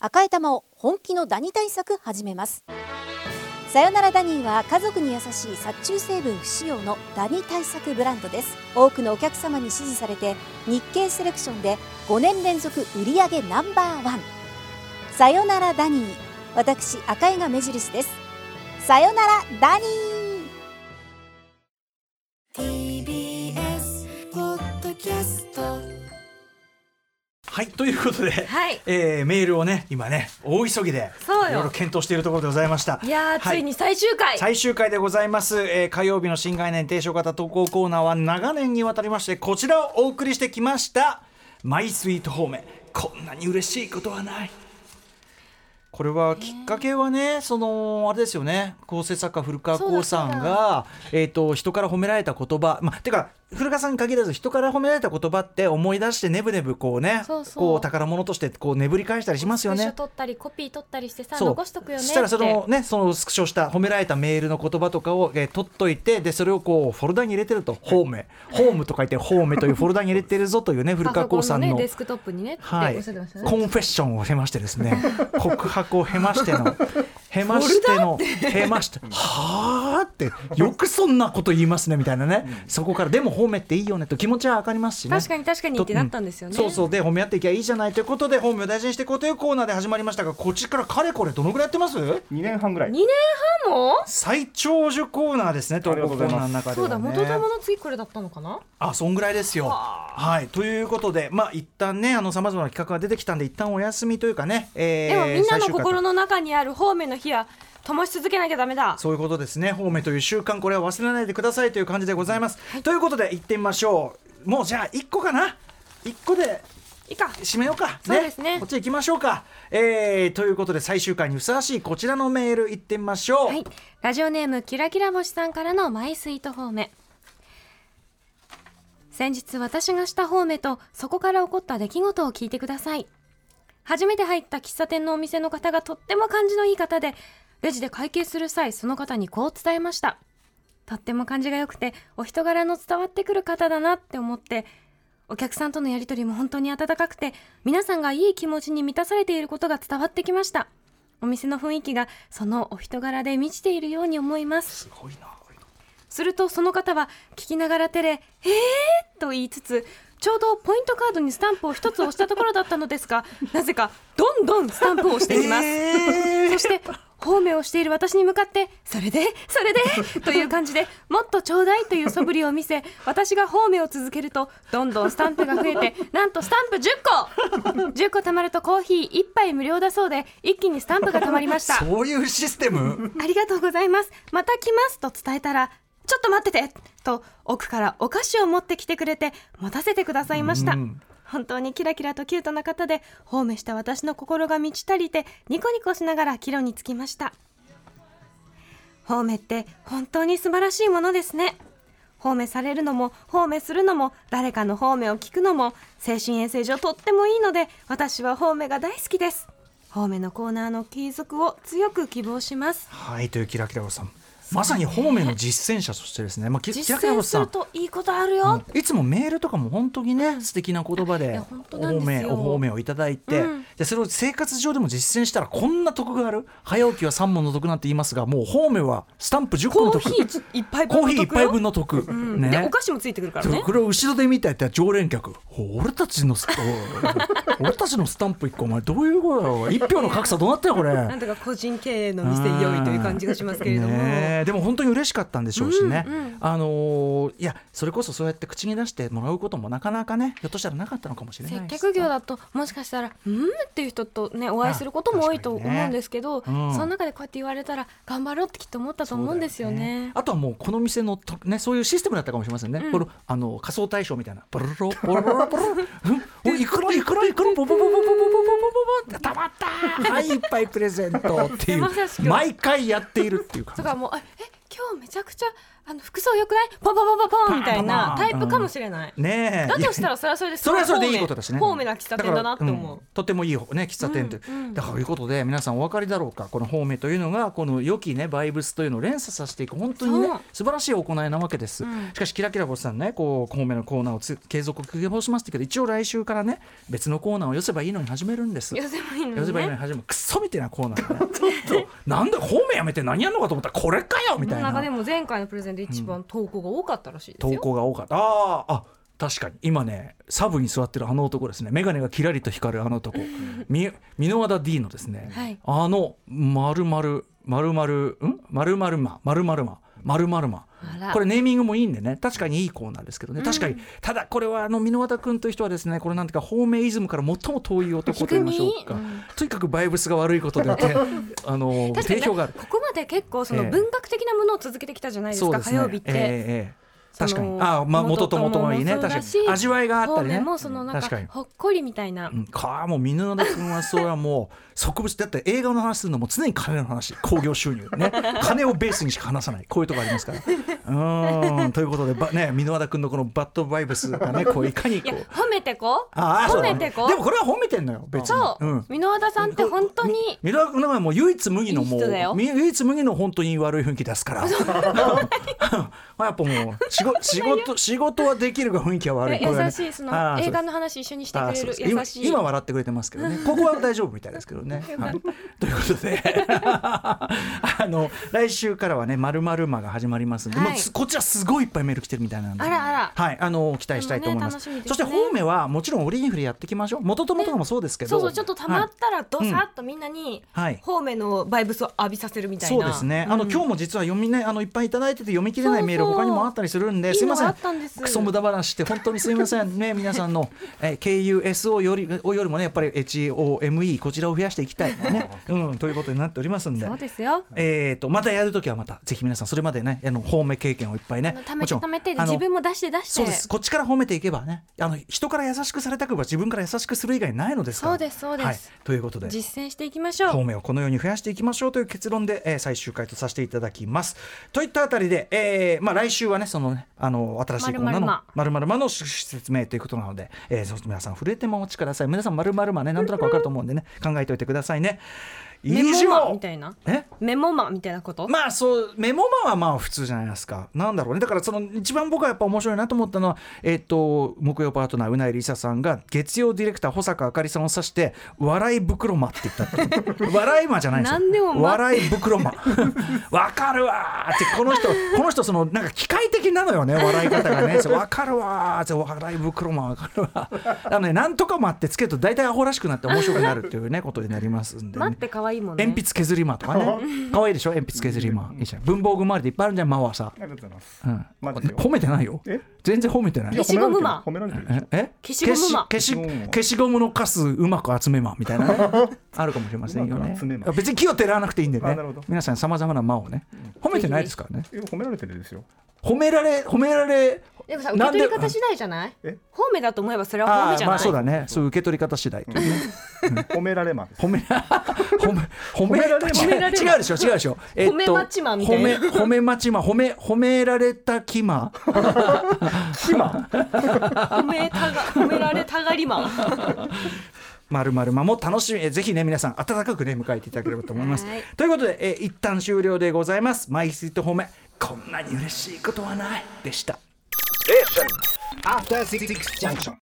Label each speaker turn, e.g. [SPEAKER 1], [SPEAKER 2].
[SPEAKER 1] 赤い玉を本気のダニ対策始めますさよならダニーは家族に優しい殺虫成分不使用のダニ対策ブランドです多くのお客様に支持されて日経セレクションで5年連続売り上げナンバーワンさよならダニー私赤井が目印ですさよならダニー
[SPEAKER 2] TBS ポッドキャスト
[SPEAKER 3] はいということで、
[SPEAKER 4] はい
[SPEAKER 3] えーメールをね今ね大急ぎで
[SPEAKER 4] そうよ
[SPEAKER 3] いろいろ検討しているところでございました
[SPEAKER 4] いやー、
[SPEAKER 3] は
[SPEAKER 4] ついに最終回
[SPEAKER 3] 最終回でございます、えー火曜日の新概念提唱型投稿コーナーは長年にわたりましてこちらをお送りしてきました「マイスイート方面こんなに嬉しいことはない」これはきっかけはね、そのあれですよね構成作家古川光さん
[SPEAKER 4] そうだ
[SPEAKER 3] が、えー、と人から褒められた言葉まあてか古川さんに限らず人から褒められた言葉って思い出してねぶねぶこうね
[SPEAKER 4] そうそう
[SPEAKER 3] こう宝物としてこうねぶり返したりしますよ
[SPEAKER 4] スクシ
[SPEAKER 3] ね
[SPEAKER 4] ョ。取ったりコピー取ったりしてさ
[SPEAKER 3] そう
[SPEAKER 4] 残しとくよね
[SPEAKER 3] そしたらその
[SPEAKER 4] って
[SPEAKER 3] ねそのスクショした褒められたメールの言葉とかを、えー取っといてでそれをこうフォルダに入れてると「ホーム」「ホーム」と書いて「ホーム」というフォルダに入れてるぞという ね古
[SPEAKER 4] パ
[SPEAKER 3] 川
[SPEAKER 4] ソ
[SPEAKER 3] 光
[SPEAKER 4] コン
[SPEAKER 3] さ
[SPEAKER 4] の
[SPEAKER 3] ん
[SPEAKER 4] ね
[SPEAKER 3] の
[SPEAKER 4] デスクトップにねっておっ
[SPEAKER 3] はい、
[SPEAKER 4] しゃってましたね、
[SPEAKER 3] コンフェッションを経ましてですね告白を経ましての経ましての経ましてはあってよくそんなこと言いますねみたいなね、そこからでも褒めっていいよねと気持ちは分かりますしね
[SPEAKER 4] 確かに確かにってなったんですよね、
[SPEAKER 3] そうそうで褒め合っていきゃいいじゃないということで褒めを大事にしていこうというコーナーで始まりましたがこっちからかれこれどのぐらいやってます
[SPEAKER 5] 2年半ぐらい
[SPEAKER 4] 二年半も
[SPEAKER 3] 最長寿コーナーですね投稿コーナーの中で
[SPEAKER 4] そう
[SPEAKER 3] は、
[SPEAKER 4] だ
[SPEAKER 3] ね、
[SPEAKER 4] 元玉の次これだったのかな
[SPEAKER 3] あそんぐらいですよ。はいということでまあ一旦ねあのさまざまな企画が出てきたんで一旦お休みというかね、えー
[SPEAKER 4] でもみんな
[SPEAKER 3] 最
[SPEAKER 4] の
[SPEAKER 3] 終回と
[SPEAKER 4] 心の中にある方面の火は灯し続けなきゃダメだ
[SPEAKER 3] そういうことですね。方面という習慣、これは忘れないでくださいという感じでございます。ということで、行ってみましょう。もうじゃあ、1個かな。1個で
[SPEAKER 4] いいか
[SPEAKER 3] 締めようか。
[SPEAKER 4] そうですね
[SPEAKER 3] こっち行きましょうか。えーということで、最終回にふさわしいこちらのメール行ってみましょう。
[SPEAKER 4] はい、ラジオネームキラキラ星さんからのマイスイート方面先日私がした方面とそこから起こった出来事を聞いてください初めて入った喫茶店のお店の方がとっても感じのいい方でレジで会計する際その方にこう伝えましたとっても感じが良くてお人柄の伝わってくる方だなって思ってお客さんとのやり取りも本当に温かくて皆さんがいい気持ちに満たされていることが伝わってきましたお店の雰囲気がそのお人柄で満ちているように思います
[SPEAKER 3] すごいな。
[SPEAKER 4] するとその方は聞きながら手で「えー!」と言いつつちょうどポイントカードにスタンプを一つ押したところだったのですがなぜかどんどんスタンプを押していきます、
[SPEAKER 3] えー
[SPEAKER 4] そして方面をしている私に向かって「それでそれで」という感じで「もっとちょうだい」という素振りを見せ私が方面を続けるとどんどんスタンプが増えてなんとスタンプ10個10個貯まるとコーヒー1杯無料だそうで一気にスタンプが貯まりました
[SPEAKER 3] そういうシステム
[SPEAKER 4] ありがとうございます。また来ますと伝えたら、ちょっと待っててと奥からお菓子を持ってきてくれて待たせてくださいました。本当にキラキラとキュートな方で、褒めした私の心が満ち足りて、ニコニコしながら帰路につきました。褒めって本当に素晴らしいものですね。褒めされるのも、褒めするのも、誰かの褒めを聞くのも、精神衛生上とってもいいので、私は褒めが大好きです。褒めのコーナーの継続を強く希望します。
[SPEAKER 3] はい、というキラキラ星さん。まさに方面の実践者としてですね、まあ、キキ
[SPEAKER 4] 実
[SPEAKER 3] ラキラ
[SPEAKER 4] 践
[SPEAKER 3] 星
[SPEAKER 4] す
[SPEAKER 3] さ
[SPEAKER 4] る
[SPEAKER 3] ん、
[SPEAKER 4] といいことあるよ。
[SPEAKER 3] いつもメールとかも本当にね素敵な言葉
[SPEAKER 4] い
[SPEAKER 3] で
[SPEAKER 4] や本当
[SPEAKER 3] お
[SPEAKER 4] なん
[SPEAKER 3] 褒
[SPEAKER 4] です
[SPEAKER 3] め
[SPEAKER 4] よ
[SPEAKER 3] お褒めをいただいて、
[SPEAKER 4] うん
[SPEAKER 3] でそれを生活上でも実践したらこんな得がある早起きは3問の得なんて言いますがもう褒めはスタンプ10個の
[SPEAKER 4] コー
[SPEAKER 3] 得
[SPEAKER 4] ヒー一杯分
[SPEAKER 3] コ
[SPEAKER 4] の
[SPEAKER 3] ーヒー
[SPEAKER 4] 得
[SPEAKER 3] 1杯分
[SPEAKER 4] の、
[SPEAKER 3] の得、
[SPEAKER 4] うんでお菓子もついてくるからね
[SPEAKER 3] こ。れを後ろで見たやったら常連客お俺たちのスお俺たちのスタンプ1個お前どういうことだろう1票の格差どうなったよこれ
[SPEAKER 4] なんとか個人経営の店用意という感じがしますけれども。
[SPEAKER 3] ねえでも本当に嬉しかったんでしょうしね、
[SPEAKER 4] うんうん
[SPEAKER 3] あのーいやそれこそそうやって口に出してもらうこともなかなかねひょっとしたらなかったのかもしれない
[SPEAKER 4] 接
[SPEAKER 3] です
[SPEAKER 4] 客業だともしかしたら「うん?」っていう人とねお会いすることも多いと
[SPEAKER 3] あ確かにね
[SPEAKER 4] 思うんですけど、
[SPEAKER 3] うん
[SPEAKER 4] その中でこうやって言われたら頑張ろうってきっと思ったと思うんですよね。
[SPEAKER 3] あとはもうこの店のとねそういうシステムだったかもしれませんね。
[SPEAKER 4] うん
[SPEAKER 3] このあの仮想対象みたいなポロロポロロポロロうんおいくらいくらいくらポポポポポポポポポポたまったはいいっぱいプレゼントってい
[SPEAKER 4] まさし
[SPEAKER 3] う
[SPEAKER 4] く
[SPEAKER 3] 毎回やっているっていう
[SPEAKER 4] と
[SPEAKER 3] 感
[SPEAKER 4] かもうあ「え今日めちゃくちゃあの服装良くないポンポンポンポンポンみたい
[SPEAKER 3] パン
[SPEAKER 4] な
[SPEAKER 3] パン
[SPEAKER 4] タイプかもしれない、
[SPEAKER 3] ねえ
[SPEAKER 4] だとしたらそれはそれです
[SPEAKER 3] そ
[SPEAKER 4] ご
[SPEAKER 3] れ
[SPEAKER 4] い
[SPEAKER 3] はそれでいい
[SPEAKER 4] 方面
[SPEAKER 3] ことだしね
[SPEAKER 4] 方面な喫茶店だなって思う、
[SPEAKER 3] だからんとてもいい、ね、喫茶店という、
[SPEAKER 4] うんうん
[SPEAKER 3] だからいうことで皆さんお分かりだろうかこの方面というのがこの良きねバイブスというのを連鎖させていく本当にね
[SPEAKER 4] そう
[SPEAKER 3] 素晴らしい行いなわけです、
[SPEAKER 4] うん
[SPEAKER 3] しかしキラキラ星さんねこう方面のコーナーをつ継続継続しましたけど一応来週からね別のコーナーを寄せばいいのに始めるんです
[SPEAKER 4] 寄せばいいの
[SPEAKER 3] 寄せ
[SPEAKER 4] に
[SPEAKER 3] ばいいの
[SPEAKER 4] ね
[SPEAKER 3] に始めるクソみたいなコーナ ー、ね、ちょっとなんだ方面やめて何やんのかと思ったらこれかよみ
[SPEAKER 4] そ
[SPEAKER 3] た
[SPEAKER 4] の
[SPEAKER 3] い
[SPEAKER 4] 中で
[SPEAKER 3] な
[SPEAKER 4] も前回のプレゼンで一番投稿が多かったらしいです
[SPEAKER 3] 投
[SPEAKER 4] よ、
[SPEAKER 3] 稿が多かったあーあ確かに今ねサブに座ってるあの男ですね眼鏡がキラリと光るあの 男み箕輪田 D のですね、
[SPEAKER 4] はい
[SPEAKER 3] あの丸々丸々ん丸々ま丸々ま丸々ま
[SPEAKER 4] あら
[SPEAKER 3] これネーミングもいいんでね確かにいいコーナーですけどね、確かにただこれはあの箕輪田君という人はですねこれなんていうか方面イズムから最も遠い男と言いましょうか、
[SPEAKER 4] 低み
[SPEAKER 3] とにかくバイブスが悪い ことで、あの
[SPEAKER 4] 確か
[SPEAKER 3] 定
[SPEAKER 4] に、ね、
[SPEAKER 3] 評
[SPEAKER 4] こ
[SPEAKER 3] がある。
[SPEAKER 4] こまで結構その
[SPEAKER 3] ええ
[SPEAKER 4] 文学的なものを続けてきたじゃないですか、火曜日って、
[SPEAKER 3] ええええ
[SPEAKER 4] その
[SPEAKER 3] 確かにああ、まあ、元と元もいいね
[SPEAKER 4] 元
[SPEAKER 3] 確か
[SPEAKER 4] 々
[SPEAKER 3] に
[SPEAKER 4] もそうだし
[SPEAKER 3] 味わいがあった
[SPEAKER 4] 方
[SPEAKER 3] りね
[SPEAKER 4] 面もそのなん
[SPEAKER 3] 確か
[SPEAKER 4] か
[SPEAKER 3] に
[SPEAKER 4] ほっこりみたいな、
[SPEAKER 3] うん、かもう箕輪田君はそれはもう植物だって映画の話するのも常に金の話興行収入ね金をベースにしか話さないこういうとこありますから。うーんということでば、ね、箕輪田君のこのバッドバイブスがねこういかに
[SPEAKER 4] いや
[SPEAKER 3] こう
[SPEAKER 4] 褒めてこ
[SPEAKER 3] ああそ
[SPEAKER 4] 褒
[SPEAKER 3] うだ
[SPEAKER 4] め
[SPEAKER 3] ね
[SPEAKER 4] てこ
[SPEAKER 3] でもこれは褒めてんのよ別に。
[SPEAKER 4] そう、
[SPEAKER 3] ん
[SPEAKER 4] 箕輪田さんって本当に
[SPEAKER 3] ミラクルはもう唯一無二のも
[SPEAKER 4] いい人だよ
[SPEAKER 3] うみ唯一無二の本当に悪い雰囲気出すから やっぱもう仕事仕事仕事はできるが雰囲気は悪い
[SPEAKER 4] え
[SPEAKER 3] これはね
[SPEAKER 4] 優しいそ
[SPEAKER 3] あ
[SPEAKER 4] の
[SPEAKER 3] ーそ
[SPEAKER 4] 映
[SPEAKER 3] うです
[SPEAKER 4] 画の話一緒にして
[SPEAKER 3] あ
[SPEAKER 4] く
[SPEAKER 3] ー
[SPEAKER 4] れ
[SPEAKER 3] そう
[SPEAKER 4] る
[SPEAKER 3] です
[SPEAKER 4] 優しい
[SPEAKER 3] 今今笑ってくれてますけ どねここは大丈夫みたいですけどね。はい、ということで あの来週からはね「まるまるま」が始まりますんで、
[SPEAKER 4] はい
[SPEAKER 3] もうすこっちはすごいいっぱいメール来てるみたいなんで。
[SPEAKER 4] あらあら
[SPEAKER 3] はい、あの期待したいと思いま
[SPEAKER 4] でもね楽
[SPEAKER 3] す。
[SPEAKER 4] しみですね
[SPEAKER 3] そして方面はもちろん折りンフレやっていきましょう。元友とかもそうですけど。
[SPEAKER 4] そうそうちょっとたま
[SPEAKER 3] はい
[SPEAKER 4] ったらどさっとみんなに
[SPEAKER 3] はい
[SPEAKER 4] 方面のバイブスを浴びさせるみたいな、
[SPEAKER 3] そうですね。あの、今日も実は読みねあのいっぱいいただいてて読み切れないメール
[SPEAKER 4] そうそう
[SPEAKER 3] 他にもあったりするんで、
[SPEAKER 4] いい
[SPEAKER 3] すい
[SPEAKER 4] の
[SPEAKER 3] ませ
[SPEAKER 4] があ
[SPEAKER 3] ん
[SPEAKER 4] っ。たんです
[SPEAKER 3] クソ無駄話して本当にすいません ね皆さんの、えー KUSO よりおよりもねやっぱり HOME こちらを増やしていきたい ね、うん、ということになっておりますんで
[SPEAKER 4] そうですよ
[SPEAKER 3] えー、とまたやるときはまたぜひ皆さんそれまでねあの方面経験をいっぱいね
[SPEAKER 4] あの貯め
[SPEAKER 3] もち
[SPEAKER 4] て
[SPEAKER 3] ろん
[SPEAKER 4] 貯めて
[SPEAKER 3] あの
[SPEAKER 4] 自分も出して出して
[SPEAKER 3] そうですこっちから褒めていけばねあの人から優しくされたくば自分から優しくする以外ないのですから
[SPEAKER 4] そうですそうです
[SPEAKER 3] はい、ということで
[SPEAKER 4] 実践していきましょう
[SPEAKER 3] 方面をこのように増やしていきましょうという結論で、えー最終回とさせていただきます。といったあたりで、えーまあ、来週はねそのねあの新しいコーナーの「まるまるま」の趣旨説明ということなので、えー、そう皆さん震えてもお待ちください皆さん「まるまるま」ねなんとなくわかると思うんでね考えておいてくださいね。
[SPEAKER 4] メモマン
[SPEAKER 3] 以
[SPEAKER 4] みた
[SPEAKER 3] 上
[SPEAKER 4] いな
[SPEAKER 3] え
[SPEAKER 4] メモマンみたいなこと、
[SPEAKER 3] まあそうメモマはまあ普通じゃないですかなんだろうねだからその一番僕はやっぱ面白いなと思ったのはえっ、と木曜パートナーうないりささんが月曜ディレクター保坂あかりさんを指して「笑い袋間」って言ったっていう 笑い間じゃないんですよ
[SPEAKER 4] 何でも間
[SPEAKER 3] 笑い袋 間わかるわーってこの人この人そのなんか機械的なのよね笑い方がねそうわかるわーって笑い袋間わかるわあのねなんとか間ってつけると大体アホらしくなって面白くなるっていうねことになりますんで、ね
[SPEAKER 4] 待っ、て可愛いもんね
[SPEAKER 3] 鉛筆削りマとかね可愛いでしょ鉛筆削りマいいじゃん文房具周りでいっぱいあるじゃんマはさ、
[SPEAKER 5] ありがとうございます。
[SPEAKER 3] うん、
[SPEAKER 5] まあでも
[SPEAKER 3] 褒めてないよ
[SPEAKER 5] え
[SPEAKER 3] 全然褒めてない
[SPEAKER 5] い
[SPEAKER 4] や
[SPEAKER 5] や
[SPEAKER 4] 消しゴムマ
[SPEAKER 5] 褒められてる。
[SPEAKER 3] ええ
[SPEAKER 4] 消しゴムマ
[SPEAKER 3] 消し消
[SPEAKER 5] 消しゴム
[SPEAKER 3] し
[SPEAKER 5] マ
[SPEAKER 3] 消しゴムのカスうまく集めまみたいなね あるかもしれませんよ
[SPEAKER 5] うま
[SPEAKER 3] ね
[SPEAKER 5] く集めま
[SPEAKER 3] 別に木を照らわなくていいんでね
[SPEAKER 5] あなるほど
[SPEAKER 3] 皆さんさまざまな間をね褒めてないですからね
[SPEAKER 5] え褒められてるですよ。
[SPEAKER 3] 褒められ褒められ
[SPEAKER 4] でもさ受け取り方次第じゃない
[SPEAKER 5] え
[SPEAKER 4] 方面だと思えばそれは方
[SPEAKER 3] あ
[SPEAKER 4] 面じ
[SPEAKER 3] あ
[SPEAKER 4] ゃ
[SPEAKER 3] まあ
[SPEAKER 4] ない、
[SPEAKER 3] そうだねそう受け取り方次第というね
[SPEAKER 5] 褒められまです。
[SPEAKER 3] 褒め 褒め褒め
[SPEAKER 5] 褒められる
[SPEAKER 3] 違う違うでしょ違うでしょ、え
[SPEAKER 4] 褒めマチマみたい
[SPEAKER 3] 褒
[SPEAKER 4] な
[SPEAKER 3] め褒めマチマ褒め褒められたキマ
[SPEAKER 4] 褒めたが褒められたがりマン
[SPEAKER 3] まるまるまも楽しみえぜひね皆さん温かくね迎えていただければと思います
[SPEAKER 4] はい
[SPEAKER 3] ということで、えー一旦終了でございますマイスイート褒めこんなに嬉しいことはないでした
[SPEAKER 6] After Six Junction.